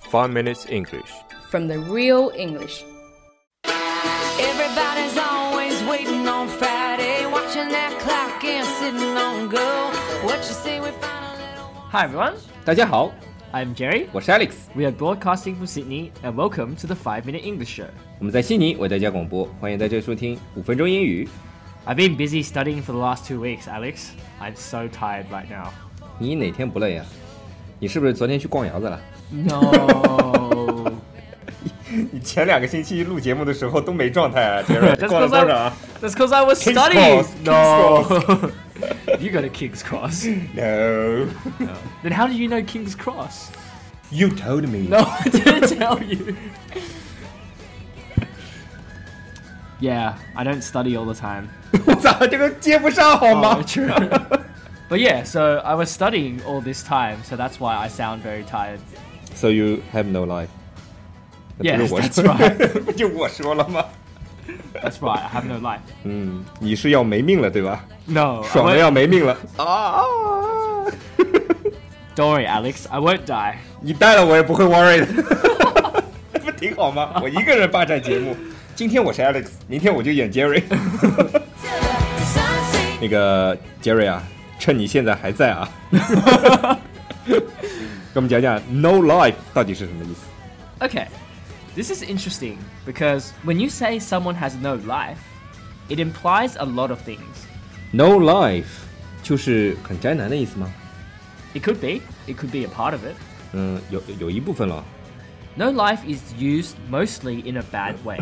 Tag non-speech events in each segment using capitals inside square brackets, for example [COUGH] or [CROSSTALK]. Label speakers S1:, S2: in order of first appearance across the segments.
S1: 5 Minutes English.
S2: from the real English.
S3: Everybody's always waiting on Friday, watching that clock and sitting on go. What you say we find a little.
S4: Hi everyone,
S5: 大家好，
S4: I'm Jerry.
S5: 我是 Alex，
S4: We are broadcasting from Sydney and welcome to the 5 Minute English Show.
S5: 我们在悉尼为大家广播，欢迎在这收听五分钟英语。
S4: I've been busy studying for the last two weeks, Alex. I'm so tired right now.
S5: 你哪天不累啊？你是不是昨天去逛窑子了？
S4: No.
S5: 你前两个星期录节目的时候都没状态 [LAUGHS] 啊，杰瑞
S4: I, [LAUGHS] that's 'cause I was
S5: King's
S4: studying.
S5: Cross, King's
S4: no. you go to King's [LAUGHS] Cross.
S5: ？No，you
S4: Then how did you know King's Cross?
S5: told me。
S4: [LAUGHS] No, I didn't tell you. Yeah, I don't study all the time.
S5: [LAUGHS] 我操，这个接不上好
S4: Oh, true. [LAUGHS] but yeah, so I was studying all this time, so that's why I sound very tired.
S5: So you have no life。那不
S4: Yes,
S5: 是我
S4: that's
S5: 说
S4: right.
S5: 不 [LAUGHS] 就我说了吗？
S4: That's right. I have no life.
S5: 嗯，你是要没命了对吧？
S4: No. I
S5: 爽的
S4: won't,
S5: 要没命了啊！
S4: don't worry, Alex. I won't die.
S5: 你带了我也不会 worry [LAUGHS] 的，不挺好吗？我一个人霸占节目。今天我是 Alex，明天我就演 [LAUGHS] Jerry。
S3: Sunset
S5: 那个 Jerry 啊，趁你现在还在 [LAUGHS] 啊，给我们讲讲 “no life” 到底是什么意思？
S4: Okay. This is interesting because when you say someone has no life, it implies a lot of things.
S5: No life 就是很宅男的意思吗？
S4: It could be. It could be a part of it.
S5: 嗯，有有一部分了。
S4: No life is used mostly in a bad way.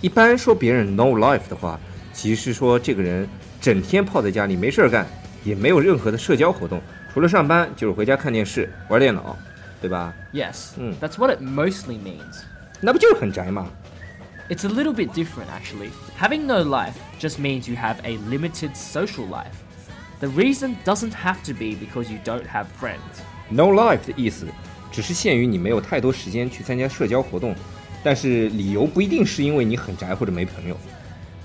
S5: 一般说别人 no life 的话，其实说这个人整天泡在家里没事儿干，也没有任何的社交活动，除了上班就是回家看电视、玩电脑，对吧？
S4: Yes.
S5: Mm.
S4: That's what it mostly means.
S5: 那不就是很宅吗？
S4: It's a little bit different, actually. Having no life just means you have a limited social life. The reason doesn't have to be because you don't have friends.
S5: No life 的意思，只是限于你没有太多时间去参加社交活动，但是理由不一定是因为你很宅或者没朋友。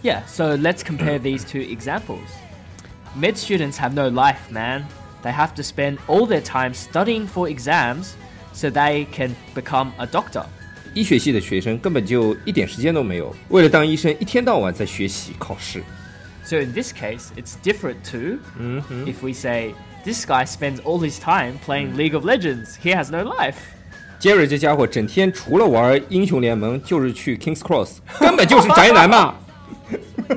S4: Yeah, so let's [CLEARS THROAT] compare these two examples. Med students have no life, man. They have to spend all their time studying for exams so they can become a doctor.
S5: 医学系的学生根本就一点时间都没有，为了当医生，一天到晚在学习考试。
S4: So in this case, it's different too. if we say, this guy spends all his time playing League of Legends, he has no life.
S5: Jerry 这家伙整天除了玩英雄联盟，就是去 Kings Cross，根本就是宅男嘛！
S4: [LAUGHS]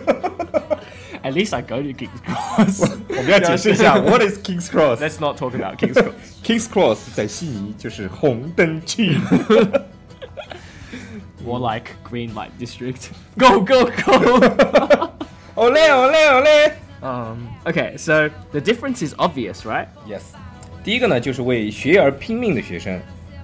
S4: At least I go to King's Cross.
S5: [LAUGHS] 我们要解释一 [LAUGHS] 下，What is Kings Cross？Kings
S4: Let's not talk about [LAUGHS] King's Cross.
S5: Cross 在悉尼就是红灯区。
S4: More like Green Light District. [LAUGHS] Go, go, [LAUGHS] go!
S5: [LAUGHS] 哦嘞哦嘞哦嘞
S4: um, okay, so the difference is obvious, right?
S5: ！Yes，第一个呢就是为学业而拼命的学生，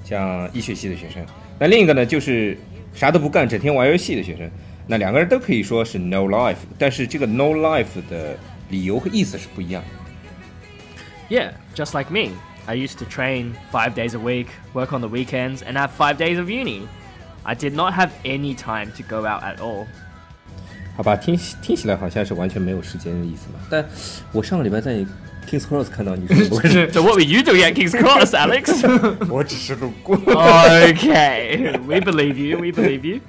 S5: 像医学系的学生；那另一个呢就是啥都不干，整天玩游戏的学生。那两个人都可以说是 no life，但是这个 no life 的理由和意思是不一样的。
S4: Yeah, just like me. I used to train five days a week, work on the weekends, and have five days of uni. I did not have any time to go out at all.
S5: 好吧，听起听起来好像是完全没有时间的意思嘛。但我上个礼拜在 Kings Cross 看到你是怎 [LAUGHS] 么回事？
S4: [LAUGHS] so, what were you doing at King's Cross, [LAUGHS] Alex?
S5: 我只是路过。
S4: okay, [LAUGHS] we believe you, we believe you.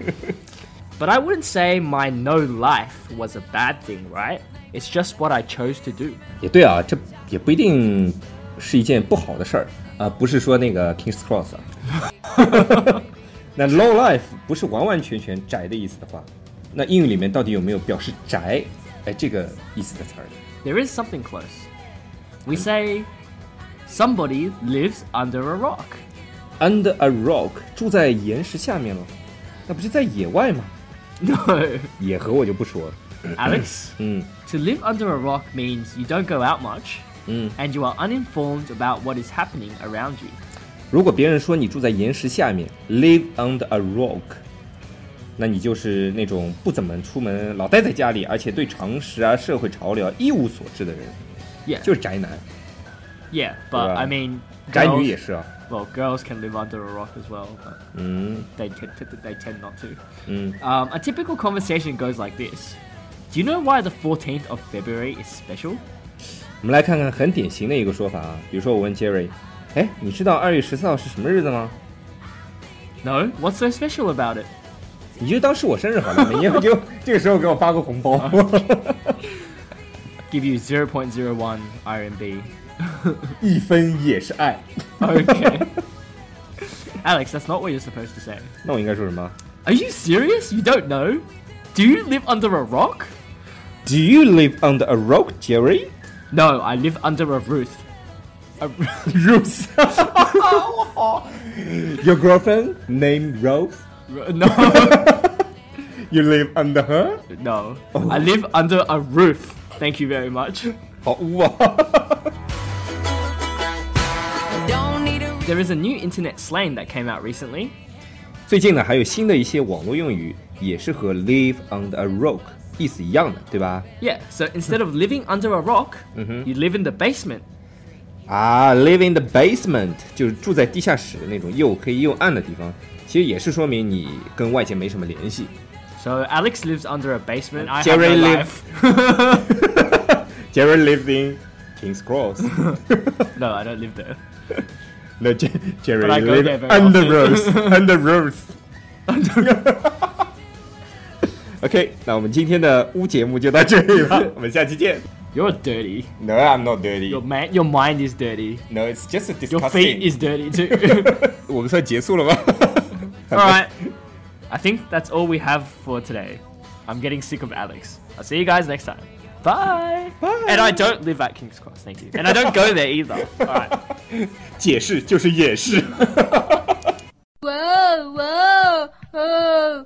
S4: But I wouldn't say my no life was a bad thing, right? It's just what I chose to do.
S5: 也对啊，这也不一定是一件不好的事儿啊、不是说那个 Kings Cross 啊。那 low life 不是完完全全宅的意思的话，那英语里面到底有没有表示宅哎这个意思的词儿呢？
S4: There is something close. We say somebody lives under a rock. [LAUGHS]
S5: Under a rock，住在岩石下面了，那不是在野外吗？
S4: No,
S5: 野河我就不说了。
S4: Alex.
S5: 嗯
S4: To live under a rock means you don't go out much
S5: 嗯，
S4: and you are uninformed about what is happening around you.
S5: 如果别人说你住在岩石下面，live under a rock，那你就是那种不怎么出门，老待在家里，而且对常识啊、社会潮流啊一无所知的人，
S4: Yeah.
S5: 就是宅男。
S4: Yeah, but
S5: Right.
S4: I mean,
S5: 宅女也
S4: girls,
S5: 是啊，
S4: well, girls can live under a rock as well, but
S5: 嗯
S4: they, t- t- they tend not to.
S5: 嗯，
S4: Um, a typical conversation goes like this Do you know why the 14th of February is special?
S5: 我们来看看很典型的一个说法啊，比如说我问 Jerry，哎，你知道二月十四号是什么日子吗？
S4: No, what's so special about it?
S5: 你就当是我生日好了，你 [LAUGHS] 要给我这个时候给我发个 [LAUGHS] 红包。
S4: Give you 0.01 RMB.
S5: 一分也是爱。
S4: Okay. [LAUGHS] Alex, that's not what you're supposed to say.
S5: 那我应该说什么
S4: Are you serious? You don't know? Do you live under a rock?
S5: ？Do you live under a rock, Jerry?
S4: No, I live under a roof. A
S5: Rose. [LAUGHS] Your girlfriend named Rose.
S4: r- no, [LAUGHS]
S5: You live under her.
S4: no.
S5: Oh.
S4: I live under a roof. Thank you very much.
S5: 好污啊！
S3: Don't need a
S4: There is a new internet slang that came out recently.
S5: [LAUGHS] 最近呢，还有新的一些网络用语，也是和 live under a rock 意思一样的，对吧？
S4: Yeah, so instead of living under a rock,
S5: Mm-hmm.
S4: you live in the basement.
S5: 啊，live in the basement 就是住在地下室那种又黑又暗的地方，其实也是说明你跟外界没什么联系。
S4: So Alex lives under a basement. I
S5: Jerry
S4: have no
S5: live- [LAUGHS] Jerry lives in King's Cross.
S4: life. No, I don't live there.
S5: No, Jer- Jerry
S4: But I go
S5: live
S4: there very
S5: under
S4: often.
S5: rose, under
S4: [LAUGHS]
S5: rose. [LAUGHS] OK，那我们今天的污节目就到这里
S4: [LAUGHS]
S5: 了，我们下期见。
S4: You're dirty.
S5: No, I'm not
S4: Your
S5: dirty.
S4: man, your mind is dirty.
S5: No, it's just a
S4: Your feet
S5: disgusting.
S4: is dirty too. [LAUGHS]
S5: [LAUGHS] 我们算结束了吗？
S4: all right. [LAUGHS] I think that's all we have for today. I'm getting sick of Alex. I'll see you guys next time. Bye. Bye. And I don't live at King's Cross. Thank you. And I don't go there either. [LAUGHS] All right.
S5: [LAUGHS] 解释就是掩饰。
S2: Whoa, whoa, oh.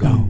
S6: do